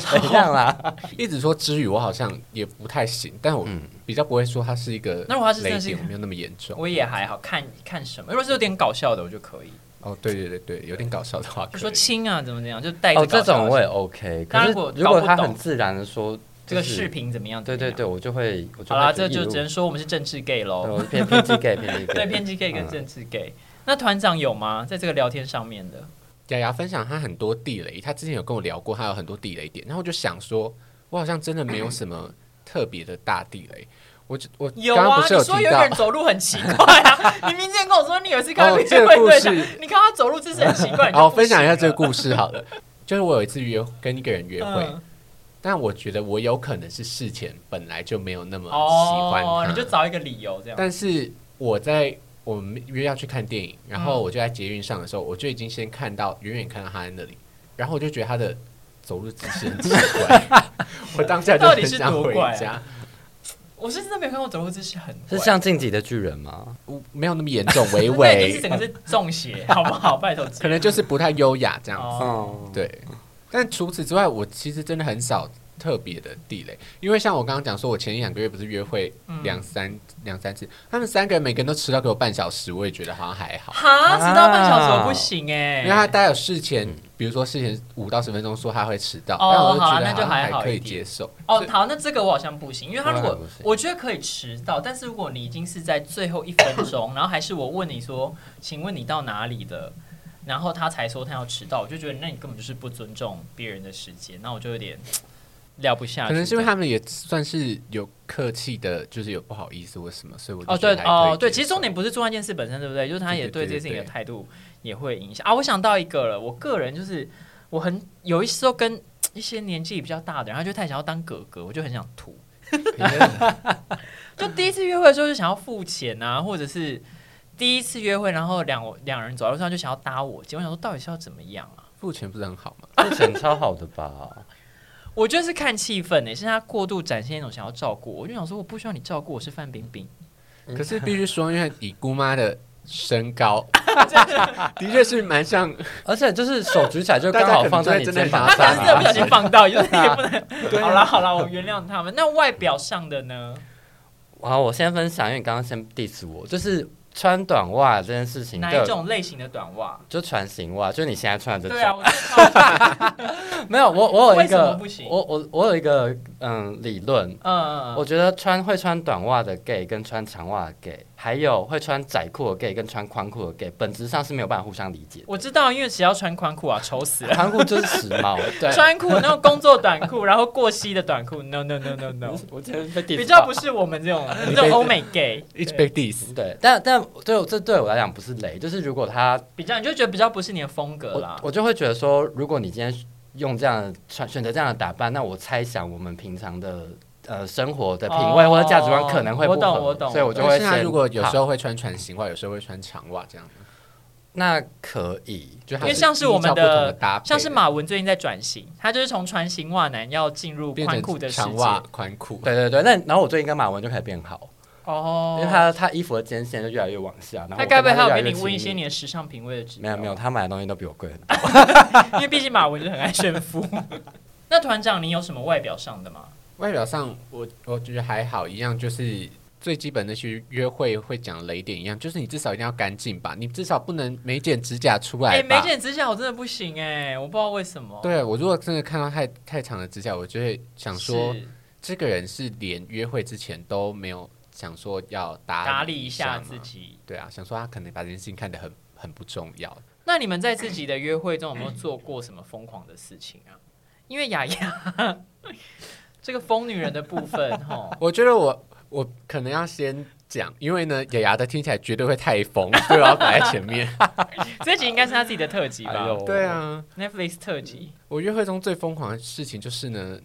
S3: 怎样啦？
S2: 一直说之语，我好像也不太行，但我比较不会说它是一个
S1: 那如果它是真
S2: 雷
S1: 的是一
S2: 点，
S1: 个
S2: 我没有那么严重。
S1: 我也还好看看什么，如果是有点搞笑的，我就可以，
S2: 哦，对对对对，有点搞笑的话可以，
S1: 就说亲啊，怎么怎样，就带着搞
S3: 哦，这
S1: 笑
S3: 种
S1: 的
S3: 我也 OK。可
S1: 当然
S3: 是
S1: 如果
S3: 如果
S1: 搞不
S3: 他很
S1: 懂
S3: 自然的说
S1: 这
S3: 就
S1: 个
S3: 是
S1: 视，频怎么样？
S3: 对对对，
S1: 怎么
S3: 我就会，我
S1: 样，
S3: 就
S1: 好啦，
S3: 会
S1: 这
S3: 一
S1: 就
S3: 路
S1: 只能说我们是政治 gay
S3: 对
S1: 喽，
S3: 我偏偏激 gay 偏激 gay，
S1: 对偏激 gay 跟
S3: 嗯
S1: 政治 gay。那团长有吗？在这个聊天上面的，
S2: 雅雅分享她很多地雷，她之前有跟我聊过，她有很多地雷点，然后我就想说，我好像真的没有什么特别的大地雷。我就我
S1: 有
S2: 刚刚
S1: 啊，
S2: 不是
S1: 你说
S2: 提
S1: 有一个
S2: 到
S1: 人，走路很奇怪啊， 你明天跟我说你有一次看到
S2: 哦
S1: 约
S2: 这个
S1: 会
S2: 故
S1: 对象
S2: 事，
S1: 你看他走路姿势很奇怪，你就
S2: 好，
S1: 不
S2: 分享一下
S1: 行
S2: 这个
S1: 了
S2: 故事好了。 就是我有一次约跟一个人约会，
S1: 嗯
S2: 但我觉得我有可能是事前本来就没有那么喜欢
S1: 哦
S2: 他，，
S1: 你就找一个理由这样。
S2: 但是我在我们约要去看电影，然
S1: 嗯
S2: 后我就在捷运上的时候，我就已经先看到远远看到他在那里，然后我就觉得他的走路姿势很奇 怪，我当下就
S1: 到底
S2: 很
S1: 是
S2: 想
S1: 多
S2: 回
S1: 怪啊
S2: 家。
S1: 我是真的没有看过走路姿势很
S3: 是
S1: 怪
S3: 像晋级的巨人吗？
S2: 我没有那么严重，微
S1: 那已经是
S2: 微
S1: 整个是中 邪，好不好？拜托，
S2: 可能就是不太优雅这样子。
S1: 哦，
S3: 哦，
S2: 对，但除此之外，我其实真的很少特别的地雷，因为像我刚刚讲说，我前一两个月不是约会
S1: 嗯
S2: 两三两三次，他们三个人每个人都迟到给我半小时，我也觉得好像还好。
S1: 哈，迟到半小时我不行哎，
S2: 因为他大概有事前，
S3: 嗯
S2: 比如说事前五到十分钟说他会迟到，
S1: 哦
S2: 但我就
S1: 好
S2: 觉
S1: 啊
S2: 得
S1: 那就
S2: 好像
S1: 还
S2: 还
S1: 好
S2: 可
S1: 一
S2: 以
S1: 点
S2: 接受。
S1: 哦
S2: 所，以
S1: 好，那这个我好像不行，因为他如
S2: 嗯
S3: 当
S1: 果
S3: 然不行
S1: 我觉得可以迟到，但是如果你已经是在最后一分 钟，然后还是我问你说，请问你到哪里的，然后他才说他要迟到，我就觉得那你根本就是不尊重别人的时间，那我就有点聊不下去。
S2: 可能是因为他们也算是有客气的，就是有不好意思或什么，所以我就
S1: 哦，
S2: 觉
S1: 对
S2: 得还可以
S1: 哦，对，
S2: 接
S1: 其实
S2: 受
S1: 重点不是做那件事本身，对不对？就是他也
S2: 对
S1: 对
S2: 对对
S1: 这件事情的
S2: 对
S1: 态度也会影响啊。我想到一个了，我个人就是我很有一时候跟一些年纪比较大的人，他就太想要当哥哥，我就很想吐。 就第一次约会的时候就想要付钱啊，或者是第一次约会，然后两两人走在路上就想要搭我肩，我想说到底是要怎么样啊？
S2: 付钱不是很好吗？
S3: 这钱超好的 吧？
S1: 我觉得是看气氛诶、现在他过度展现一种想要照顾我，我就想说我不需要你照顾我，是范冰冰。
S3: 嗯
S2: 可是必须说，因为以姑妈的身 高，的确是蛮像
S3: 而且就是手举起来就
S2: 大家
S3: 刚
S2: 可
S3: 好
S2: 能
S3: 放
S2: 就会
S3: 在你
S2: 真的
S3: 肩膀
S1: 他可能
S3: 上
S1: 是真的
S3: 啊
S1: 不。小心放到，就是也 不能。好啦好啦，我原谅他们。那外表上的呢？
S3: 嗯好，我先分享，因为你刚刚先 diss 我，就是穿短袜这件事情，
S1: 哪
S3: 对
S1: 一
S3: 我
S1: 种类型的短袜？
S3: 就船型袜，就你现在穿的这
S1: 对
S3: 种
S1: 啊，。我就 超
S3: 没有，我我有一
S1: 为什么
S3: 个
S1: 不行，
S3: 我我我有一个嗯理论，
S1: 嗯，
S3: 我觉得穿会穿短袜的 gay 跟穿长袜的 gay，还有会穿窄裤的 gay 跟穿宽裤的 gay，本质上是没有办法互相理解的。
S1: 我知道，因为只要穿宽裤啊，丑死了。
S3: 宽裤就是时髦，对。
S1: 穿裤那种工作短裤，然后过膝的短裤，no no no no no，
S3: 我之前被 diss
S1: 比较
S3: 到
S1: 不是我们这种啊这种欧美 gay，
S2: 一直
S1: 对
S2: 被 diss，
S3: 对，但但对我这对我来讲不是雷，就是如果他
S1: 比较你就觉得比较不是你的风格
S3: 我
S1: 啦。
S3: 我就会觉得说，如果你今天用这样的穿选择这样的打扮，那我猜想我们平常的呃生活的品味
S1: 哦
S3: 或者价值观可能会不
S1: 我懂
S3: 合
S1: 我懂
S3: 所以我
S1: 我
S3: 就会
S2: 但是他
S3: 先
S2: 如果有
S3: 怕
S2: 时候会穿船型袜，有时候会穿长袜这样，
S3: 那可以，
S2: 就
S1: 因为像是
S2: 是
S1: 我们
S2: 依照不同的搭配
S1: 像是马文最近在转型，他就是从穿型袜男要进入
S2: 变
S1: 宽裤
S2: 成
S1: 的世界
S2: 长。袜宽裤，
S3: 对对对，那然后我最近跟马文就可以变好，
S1: 哦，
S3: 因为他他衣服的肩线就越来越往下，然后
S1: 他
S3: 我
S1: 该不会
S3: 跟
S1: 还
S3: 他
S1: 有
S3: 越来
S1: 给
S3: 越
S1: 你问一
S3: 亲
S1: 些
S3: 密
S1: 你的时尚品味的指标？
S3: 没有没有，，他买的东西都比我贵很多。
S1: 因为毕竟马文就是很爱炫富。那团长，你有什么外表上的吗？
S2: 外表上，我我觉得还好，一样就是最基本的去约会会讲雷点一样，就是你至少一定要干净吧，你至少不能没剪指甲出
S1: 哎、
S2: 来吧。
S1: 没剪指甲我真的不行哎、我不知道为什么。
S2: 对我如果真的看到太太长的指甲，我就会想说，
S1: 是
S2: 这个人是连约会之前都没有想说要打
S1: 打理一下
S2: 吗
S1: 自。己。
S2: 对啊，想说他可能把这件事情看得很很不重要。
S1: 那你们在自己的约会中有没有做过什么疯狂的事情 啊？因为雅雅 这个疯女人的部分，吼，
S2: 我觉得我我可能要先讲，因为呢，雅雅的听起来绝对会太疯，所以我要摆在前面。
S1: 这集应该是她自己的特辑吧、
S3: 哎呦
S2: 对啊。
S1: n e t f l i x 特辑。
S2: 我约会中最疯狂的事情就是呢，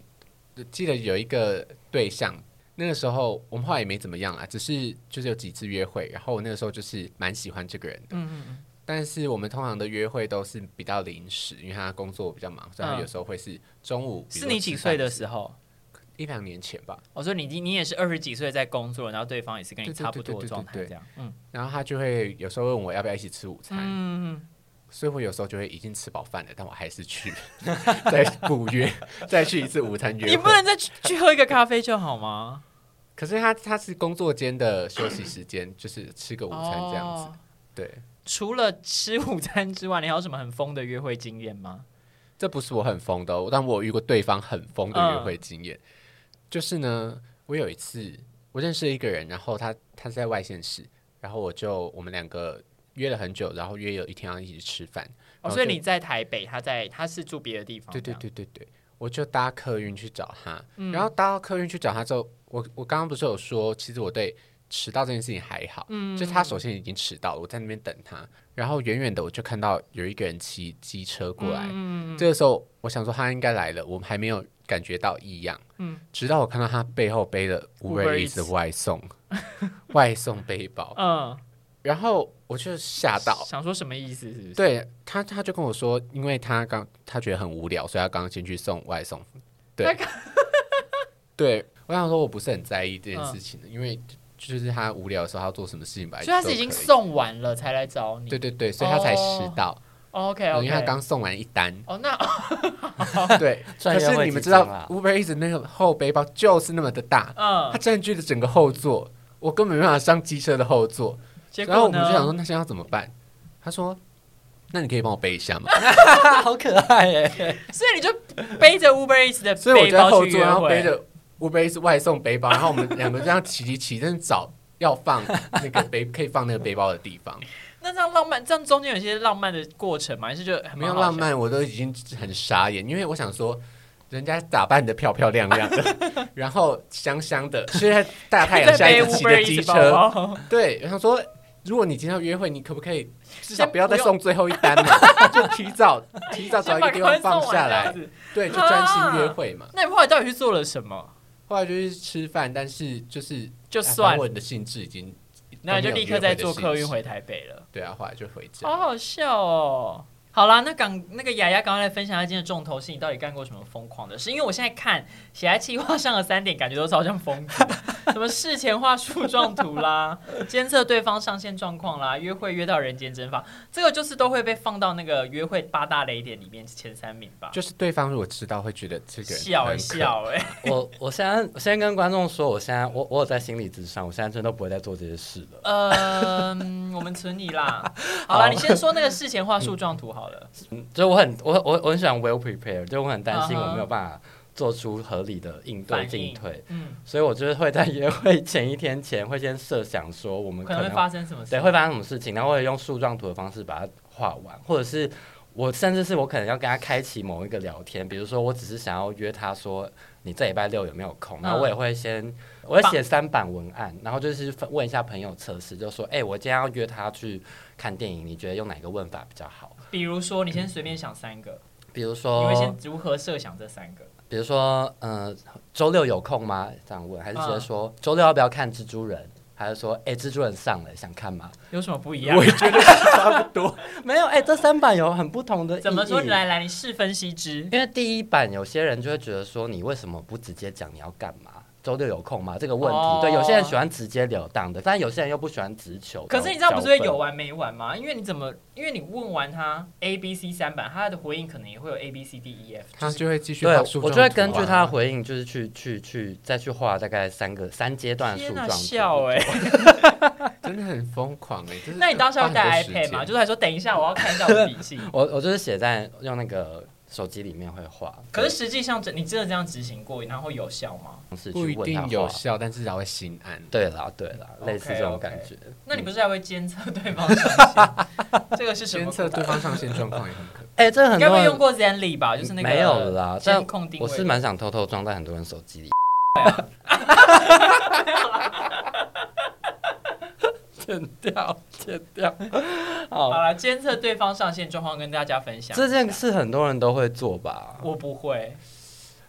S2: 记得有一个对象，那个时候我们后来也没怎么样啦，只是就是有几次约会，然后我那个时候就是蛮喜欢这个人的，
S1: 嗯嗯嗯，
S2: 但是我们通常的约会都是比较临时，因为他工作比较忙，所以他
S1: 嗯
S2: 有时候会是中午。比如
S1: 是
S2: 说
S1: 你几岁的
S2: 吃
S1: 时
S2: 饭
S1: 候？
S2: 一两年前吧，
S1: 我说你你也是二十几岁在工作，然后对方也是跟你
S2: 对对
S1: 差不多
S2: 对对
S1: 的
S2: 对
S1: 状态，
S2: 对
S1: 这样，嗯
S2: 然后他就会有时候问我要不要一起吃午餐，
S1: 嗯，嗯嗯
S2: 所以我有时候就会已经吃饱饭了，但我还是去 再补约，再去一次午餐约
S1: 你不
S2: 会。
S1: 能再去去喝一个咖啡就好吗？
S2: 可是他他是工作间的休息时间，就是吃个午餐这样子。
S1: 哦
S2: 对，
S1: 除了吃午餐之外，你还有什么很疯的约会经验吗？
S2: 这不是我很疯的、哦，但我有遇过对方很疯的约会经验。就是呢，我有一次我认识一个人，然后他他是在外县市，然后我就我们两个约了很久，然后约有一天要一起吃饭。
S1: 哦，
S2: 然后
S1: 所以
S2: 就
S1: 你在台北，他在他是住别的地方，
S2: 对对
S1: 这样，嗯
S2: 对对对，我就搭客运去找他，然后搭到客运去找他之后，我我刚刚不是有说，其实我对迟到这件事情还好，嗯，就是他首先已经迟到了，我在那边等他，然后远远的我就看到有一个人骑机车过来，
S1: 嗯，
S2: 这个时候我想说他应该来了，我们还没有感觉到异样，
S1: 嗯
S2: 嗯，直到我看到他背后背了
S1: Uber
S2: Uber Eats 的
S1: Eats
S2: 外送 外送背包，
S1: 嗯，
S2: 然后我就吓到，
S1: 想说什么意思？是不是？
S2: 对他，他就跟我说，因为他刚他觉得很无聊，所以他刚刚先去送外送。对， 对我想说，我不是很在意这件事情的，因为就是他无聊的时候，他要做什么事情吧，
S1: 嗯所以他是已经
S2: 都可以。
S1: 送哦完了才来找你。
S2: 对对对，所以他才迟到，
S1: ，OK OK。。
S2: 因为他刚送完一单
S1: 哦， 那哦
S2: 对，
S3: 赚
S2: 可
S3: 优惠
S2: 是你们
S3: 基
S2: 知
S3: 金
S2: 道
S3: 啦
S2: ，Uber 一直那个后背包就是那么的大，它
S1: 嗯，
S2: 占据了整个后座，我根本没办法上机车的后座。
S1: 结
S2: 然
S1: 果
S2: 后我们
S1: 呢？
S2: 就想说，那现在要怎么办？他说，那你可以帮我背一下吗？
S3: 好可爱 耶！
S1: 所以你就背着 Uber Eats 的
S2: 所以我
S1: 背
S2: 就在
S1: 包
S2: 后
S1: 去
S2: 座，
S1: 约
S2: 然后
S1: 会，
S2: 背着 Uber 是外送背包，然后我们两个这样骑骑骑，真的找要放那个背可以放那个背包的地 方，
S1: 那这样浪漫，这样中间有一些浪漫的过程吗？还是就很
S2: 没
S1: 蛮好
S2: 有
S1: 笑
S2: 浪？漫，我都已经很傻眼，因为我想说。人家打扮的漂漂亮 亮的，然后香香的，是在大太阳
S1: 在
S2: 下
S1: 背
S2: 一直骑着
S1: Uber
S2: 机
S1: Eats
S2: 车，
S1: 包包，
S2: 对，我想说，如果你今天要约会，你可不可以至少
S1: 先
S2: 不要再
S1: 不用
S2: 送最后一单嘛， 就提早提早找一个地方放下
S1: 先把客人送完这
S2: 来，
S1: 样子。
S2: 对，就专心约会嘛。
S1: 那你后来到底去做了什么？
S2: 后来就是吃饭，但是就是
S1: 就
S2: 哎反
S1: 算
S2: 正
S1: 了
S2: 我的兴致已经，
S1: 那你就立刻再坐客运
S2: 都没有约会的兴致。
S1: 回台北了，
S2: 对啊，后来就回家。
S1: 好好笑哦。好啦，那刚那个雅雅刚刚来分享她今天的重头戏，你到底干过什么疯狂的事？因为我现在看写在计划上的三点，感觉都超像疯子的，什么事前画树状图啦，监测对方上线状况啦，约会约到人间蒸发，这个就是都会被放到那个约会八大雷点里面前三名吧。
S2: 就是对方如果知道，会觉得这个人
S1: 笑
S2: 很
S1: 一
S2: 可。
S1: 笑哎、
S3: 我我现在我现在跟观众说，我现在我我有在心理智商，我现在真的不会再做这些事了。
S1: 嗯，我们存你啦。好啦，
S3: 好
S1: 你先说那个事前画树状图好了。
S3: 嗯就我很我我我很喜欢 well prepared，就我很担心
S1: 嗯哼
S3: 我没有办法做出合理的应对
S1: 反应
S3: 进退，
S1: 嗯，
S3: 所以我就是会在约会前一天前会先设想说我们
S1: 嗯可
S3: 可
S1: 能会
S3: 能
S1: 发生什么事？
S3: 对，会发生什么事情，然后我也用树状图的方式把它画完，或者是我甚至是我可能要跟他开启某一个聊天，比如说我只是想要约他说你这礼拜六有没有
S1: 嗯
S3: 空，然后我也会先我会写三版文案，然后就是分问一下朋友测试，就说哎、我今天要约他去看电影，你觉得用哪个问法比较好？
S1: 比如说，你先随便想三个，
S3: 比如
S1: 你会先
S3: 说，
S1: 如何设想这三个？
S3: 比如说，呃，周六有空吗？这样问，还是直接
S1: 啊
S3: 说周六要不要看蜘蛛人？还是说，哎、蜘蛛人上了，想看吗？
S1: 有什么不一样
S2: 我？ 也觉得是差不多。
S3: 没有，哎、这三版有很不同的。
S1: 怎么说？来来，你试分析之。
S3: 因为第一版有些人就会觉得说，你为什么不直接讲你要干嘛？周六有空吗？这个问题，
S1: 哦
S3: 对，有些人喜欢直截了当的，但有些人又不喜欢直球。
S1: 可是你知道不是会有
S3: 啊？
S1: 完没完吗？因为你怎么，因为你问完他 A B C 三版，他的回应可能也会有 A B C D E F，
S2: 他就会继续
S3: 对
S2: 画树，状
S3: 我
S2: 图
S3: 就
S2: 啊
S3: 会根据他的。回应，就是去去去再去画大概三个三阶段的树
S1: 天
S3: 状
S1: 哪，
S3: 图。
S1: 笑哎、
S2: 真的很疯狂哎！就是
S1: 那你当时要
S2: 花
S1: 带
S2: 很多时
S1: iPad
S2: 间
S1: 吗？就是还说等一下，我要看一下我的笔记。
S3: 我我就是写在用那个手机里面会画，
S1: 可是实际上，真你真的这样执行过，然后有效吗？
S3: 方式
S2: 不
S3: 去
S2: 一
S3: 问他
S2: 定有
S3: 画
S2: 效，但至少会心安。
S3: 对啦对啦，类似
S1: OK，
S3: 这种
S1: OK
S3: 感觉。
S1: 那你不是还会监测对方上线？这个是什么
S2: 监
S1: 功
S2: 测
S1: 能？
S2: 对方上线状况也很可
S3: 哎、这个
S1: 你
S3: 很
S1: 该
S3: 多
S1: 不会
S3: 人
S1: 用过 Zenly 吧？就是那个
S3: 没有啦但
S1: 监控定
S3: 我
S1: 位。
S3: 是蛮想偷偷装在很多人手 机里。剪掉，剪掉。
S1: 好
S3: 好，
S1: 了，监测对方上线状况跟大家分享。
S3: 这件事很多人都会做吧？
S1: 我不会，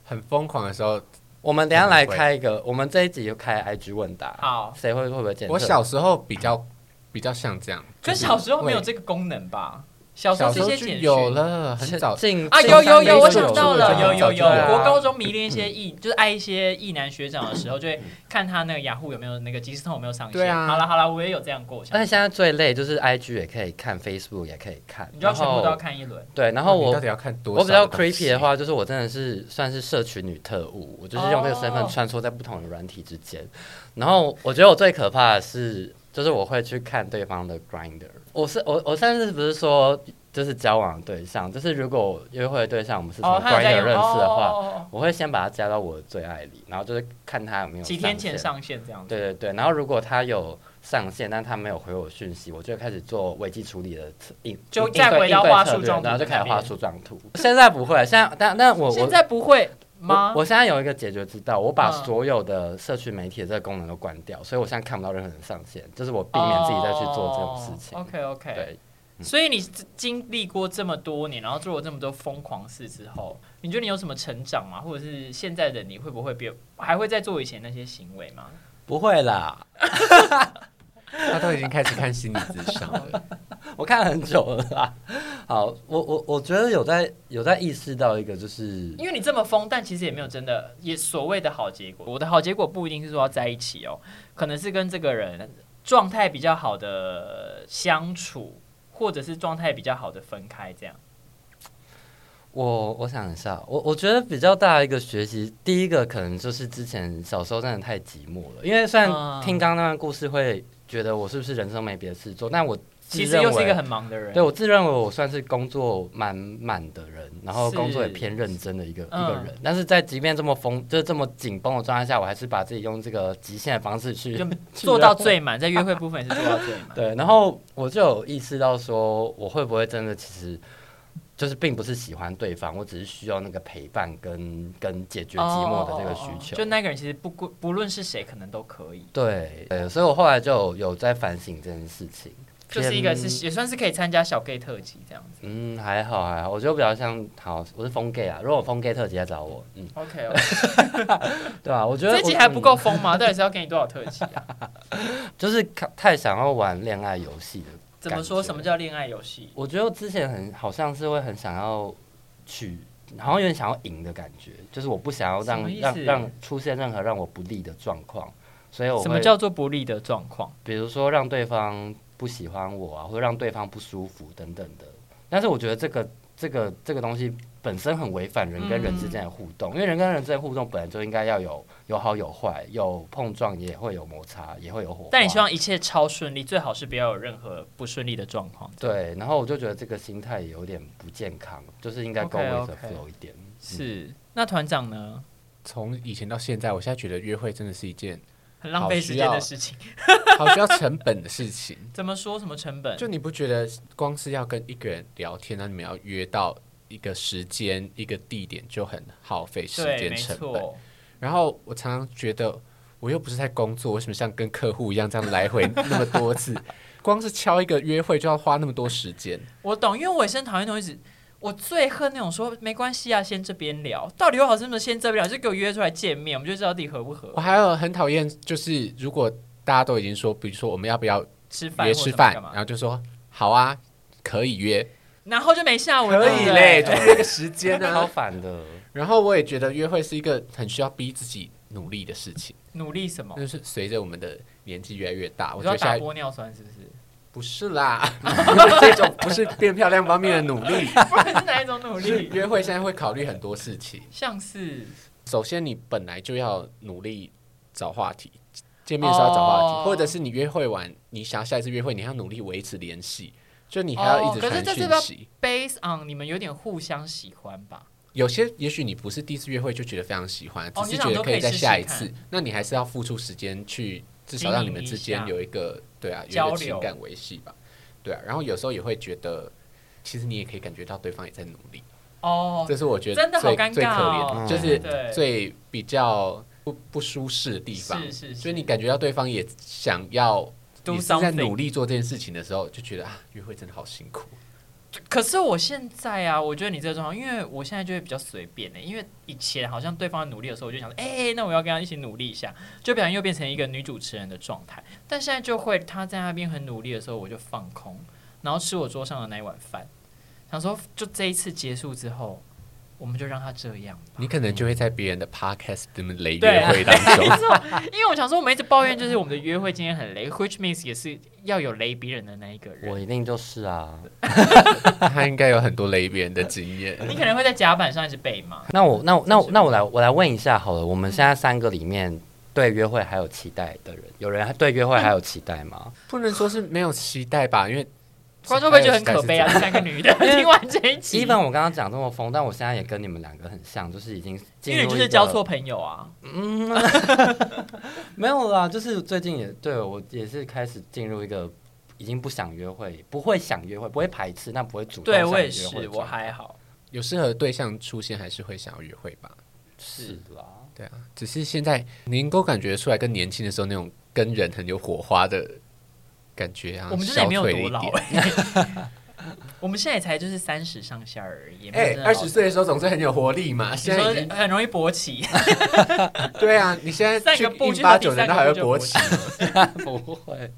S2: 很疯狂的时候，
S3: 我们等一下来开一个，我们这一集就开 IG 问答。
S1: 好
S3: 谁会会不会检测？
S2: 我小时候比较比较像这样。
S1: 可
S2: 就是
S1: 小时候没有
S2: 会
S1: 这个功能吧？小时候
S2: 小
S1: 这
S2: 时候
S1: 些
S2: 就
S1: 简讯
S2: 有了，很早
S3: 进
S1: 啊，
S3: 进
S1: 有
S3: 三
S1: 有
S3: 年
S1: 有，我
S3: 就
S1: 想到了，有
S2: 有
S1: 有
S2: 有
S1: 有，
S2: 有
S1: 我高中迷恋一些艺，就是爱一些艺男学长的时候，就会看他那个雅虎有没有那个即时通有没有上线。
S2: 对啊
S1: 好了好了，我也有这样过，我想
S3: 而且现在最累就是 IG 也可以看，Facebook 也可以看，
S1: 你就要
S3: 然
S1: 全部都要
S3: 后
S1: 看一轮。
S3: 对，然
S2: 嗯
S3: 后
S2: 你
S3: 我
S2: 到底要看多少？
S3: 我比较 creepy 的，话，就是我真的是算是社群女特务，我就是用这个身份
S1: 哦
S3: 穿梭在不同的软体之间。然后我觉得我最可怕的是，就是我会去看对方的 grinder。我是我我上次不是说就是交往的对象，就是如果约会的对象我们是从
S1: 哦，他有在
S3: grinder
S1: 用
S3: 认识的话，
S1: 哦哦哦
S3: 我会先把他加到我的最爱里，然后就是看他有没
S1: 哦
S3: 有
S1: 几天
S3: 线
S1: 前。上线这样子。
S3: 对对对，然后如果他有上线，但他没有回我讯息，我就开始做危机处理的策应，
S1: 就
S3: 应
S1: 再
S3: 对
S1: 回到
S3: 应对
S1: 画
S3: 策
S1: 树
S3: 略
S1: 状图
S3: 然后就开始
S1: 那边
S3: 画树状图。现在不会，现在但但我
S1: 现
S3: 我
S1: 在不会吗
S3: 我？我现在有一个解决之道，我把
S1: 嗯
S3: 所有的社区媒体的这个功能都关掉，所以我现在看不到任何人上线，就是我避免自己再去做这种事情。
S1: 哦 OK OK。
S3: 对，嗯
S1: 所以你经历过这么多年，然后做了这么多疯狂事之后，你觉得你有什么成长吗？或者是现在的你会不会比还会再做以前那些行为吗？
S3: 不会啦，
S2: 他都已经开始看心理咨商了。
S3: 我看很久了啦。好，我我我觉得有在有在意识到一个，就是
S1: 因为你这么疯，但其实也没有真的也所谓的好结果。我的好结果不一定是说要在一起哦，可能是跟这个人状态比较好的相处，或者是状态比较好的分开这样。
S3: 我我想一下，我我觉得比较大的一个学习，第一个可能就是之前小时候真的太寂寞了，因为虽然
S1: 嗯
S3: 听刚刚那段故事会觉得我是不是人生没别的事做，但我自
S1: 其实又
S3: 认
S1: 是一
S3: 为
S1: 个很忙的人。
S3: 对我自认为我算是工作满满的人，然后
S1: 是
S3: 工作也偏认真的一个、
S1: 嗯
S3: 一个人，但是在即便这么疯，就是这么紧绷的状态下，我还是把自己用这个极限的方式去
S1: 就
S3: 去
S1: 做到
S3: 认
S1: 最满，在约会部分也是做到最满。
S3: 对，然后我就有意识到说，我会不会真的其实就是并不是喜欢对方，我只是需要那个陪伴跟跟解决寂寞的这个需
S1: 哦哦哦
S3: 求。
S1: 就那个人其实不不不论是谁，可能都可以，
S3: 对，对，所以我后来就有有在反省这件事情。
S1: 就是一个
S3: 偏
S1: 是也算是可以参加小 gay 特辑这样子。
S3: 嗯，还好还好，我觉得比较像好，我是疯 gay 啊。如果我疯 gay 特辑来找我，嗯，
S1: OK，
S3: 对啊，我觉得
S1: 这
S3: 我
S1: 集还不够疯 吗？到底是要给你多少特辑啊？
S3: 嗯就是看太想要玩恋爱游戏了。
S1: 怎么说
S3: 感觉
S1: 什么叫恋爱游戏？
S3: 我觉得我之前很好像是会很想要去，好像有点想要赢的感觉，就是我不想要
S1: 什么意
S3: 让
S1: 思
S3: 让让出现任何让我不利的状况，所以我
S1: 什么
S3: 会
S1: 叫做不利的状况？
S3: 比如说让对方不喜欢我啊，或者让对方不舒服等等的。但是我觉得这个这个这个东西本身很违反人跟人之间的互动，因为人跟人之间的互动本来就应该要有有好有坏，有碰撞也会有摩擦，也会有火花。
S1: 但你希望一切超顺利，最好是不要有任何不顺利的状况。
S3: 对，然后我就觉得这个心态也有点不健康，就是应该 go with the
S1: OK，OK
S3: flow 一点。嗯
S1: 是，那团长呢？
S2: 从以前到现在，我现在觉得约会真的是一件
S1: 很浪费时间的事情。
S2: 好需要成本的事情。
S1: 怎么说什么成本？
S2: 就你不觉得光是要跟一个人聊天，啊然后你们要约到一个时间、一个地点，就很耗费时
S1: 对，
S2: 间
S1: 没
S2: 成本。
S1: 错。
S2: 然后我常常觉得，我又不是在工作，为什么像跟客户一样这样来回那么多次？ 光是敲一个约会就要花那么多时间，
S1: 我懂，因为我也是很讨厌那种一直，我最恨那种说没关系啊，先这边聊，到底有好是不是先这边聊，就给我约出来见面，我们就知道自己合不合
S2: 我，还有很讨厌，就是如果大家都已经说，比如说我们要不要
S1: 吃饭
S2: 约
S1: 或
S2: 吃
S1: 什么
S2: 饭，
S1: 干嘛
S2: 然后就说好啊，可以约，
S1: 然后就没下文了，
S2: 可以
S1: 对
S2: 嘞，就是那个时间
S3: 超
S2: 啊。
S3: 反的，
S2: 然后我也觉得约会是一个很需要逼自己努力的事情，
S1: 努力什么？
S2: 就是随着我们的年纪越来越大，我
S1: 我
S2: 觉
S1: 要
S2: 得现
S1: 打
S2: 在
S1: 玻尿酸是不 是？
S2: 不是啦， 这种不是变漂亮方面的努力，
S1: 不然是哪一种努
S2: 是
S1: 力？
S2: 约会现在会考虑很多事情。
S1: 像是
S2: 首先，你本来就要努力找话题，见面的时候要找话题，
S1: 哦
S2: 或者是你约会完，你想要下一次约会，你还要努力维持联系，就你还要一直
S1: 哦可是
S2: 传
S1: 这
S2: 讯
S1: 是要
S2: 息。
S1: based on 你们有点互相喜欢吧？
S2: 有些也许你不是第一次约会就觉得非常喜欢，
S1: 哦
S2: 只是觉得以再下一
S1: 你想说
S2: 次，
S1: 可以试
S2: 那你还是要付出时间去，至少让你们之间有一个对啊，有
S1: 交
S2: 一
S1: 流
S2: 个情感维系吧，对啊。然后有时候也会觉得，其实你也可以感觉到对方也在努力，
S1: 哦，
S2: 这是我觉得
S1: 真的好
S2: 最
S1: 尴尬哦
S2: 最可怜的，
S3: 嗯
S2: 就是
S1: 对
S2: 最比较不不舒适的地方，
S1: 是是是
S2: 所以你感觉到对方也想要。
S1: Do
S2: 你是在
S1: something
S2: 努力做这件事情的时候，就觉得啊，约会真的好辛苦。
S1: 嗯可是我现在啊，我觉得你这个状况，因为我现在就会比较随便的、欸因为以前好像对方努力的时候，我就想说，哎、那我要跟他一起努力一下，就表现又变成一个女主持人的状态。但现在就会他在那边很努力的时候，我就放空，然后吃我桌上的那一碗饭，想说就这一次结束之后，我们就让他这样吧。
S2: 你可能就会在别人的 podcast 里面雷
S1: 对啊
S2: 约会当中
S1: 没。错，因为我想说，我们一直抱怨就是我们的约会今天很雷，which means 也是要有雷别人的那一个
S3: 我
S1: 人。
S3: 一定就是啊。
S2: 他应该有很多雷别人的经验。
S1: 你可能会在甲板上一直被骂。
S3: 那我那我那我那我来我来问一下好了，我
S1: 嗯
S3: 们现在三个里面对约会还有期待的人，有人还对约会还有期待
S1: 嗯
S3: 吗？
S2: 不能说是没有期待吧，因为
S1: 观众会觉得很可悲啊，这三个女 的听完这一
S3: 基
S1: 集，
S3: 本我刚刚讲这么疯，但我现在也跟你们两个很像，就是已经进
S1: 因
S3: 入
S1: 为你
S3: 一个
S1: 就是交错，朋友啊。
S3: 嗯， 没有啦，就是最近也对我也是开始进入一个已经不想约会，不会想约会，不会排斥，但不会主动
S1: 对
S3: 想
S1: 我
S3: 约会
S1: 也
S3: 的状态。
S1: 是，我还好。
S2: 有适合的对象出现，还是会想要约会吧。
S3: 是啦，
S2: 对啊，只是现在你能够感觉出来，跟年轻的时候那种跟人很有火花的感觉啊，
S1: 我们真的
S2: 消
S1: 也没有
S2: 退了一
S1: 多老、
S2: 点。
S1: 我们现在也才就是三十上下而已。也没有
S2: 哎
S1: 真，的
S2: 二
S1: 老
S2: 十，岁的时候总是很有活力嘛，
S1: 你
S2: 现在已 经
S1: 说很容易勃起，
S2: 对啊，你现在
S1: 散
S2: 去
S1: 个步
S2: 一
S1: 去
S2: 八
S1: 到第
S2: 九
S1: 三个
S2: 难道还
S1: 步就勃
S2: 会勃起
S1: 起？
S3: 不会。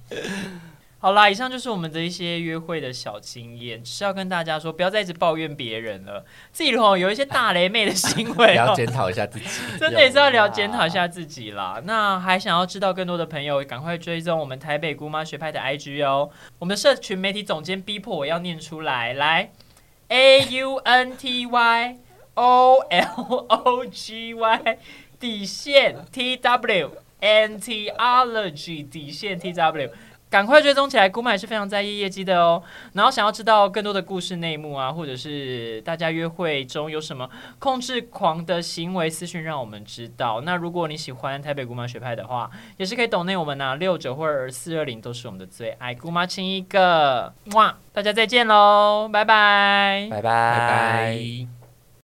S1: 好啦，以上就是我们的一些约会的小经验，只是要跟大家说，不要再一直抱怨别人了，自己如果有一些大雷妹的行
S2: 也
S1: 为、
S2: 要
S1: 哦，
S2: 检讨一下自己。
S1: 真的也是要
S3: 有啦
S1: 了检讨一下自己啦。那还想要知道更多的朋友，赶快追踪我们台北姑妈学派的 IG 哦。我们的社群媒体总监逼迫我要念出来，来 A U N T Y O L O G Y 底线 T W N T O L O G 底线 T W。赶快追踪起来，姑妈也是非常在意业绩的哦。然后想要知道更多的故事内幕啊，或者是大家约会中有什么控制狂的行为私讯让我们知道。那如果你喜欢台北姑妈学派的话，也是可以抖内我们拿六九或者四二零都是我们的最爱。姑妈 亲一个，哇！大家再见喽，拜拜
S3: 拜拜。
S2: 拜拜。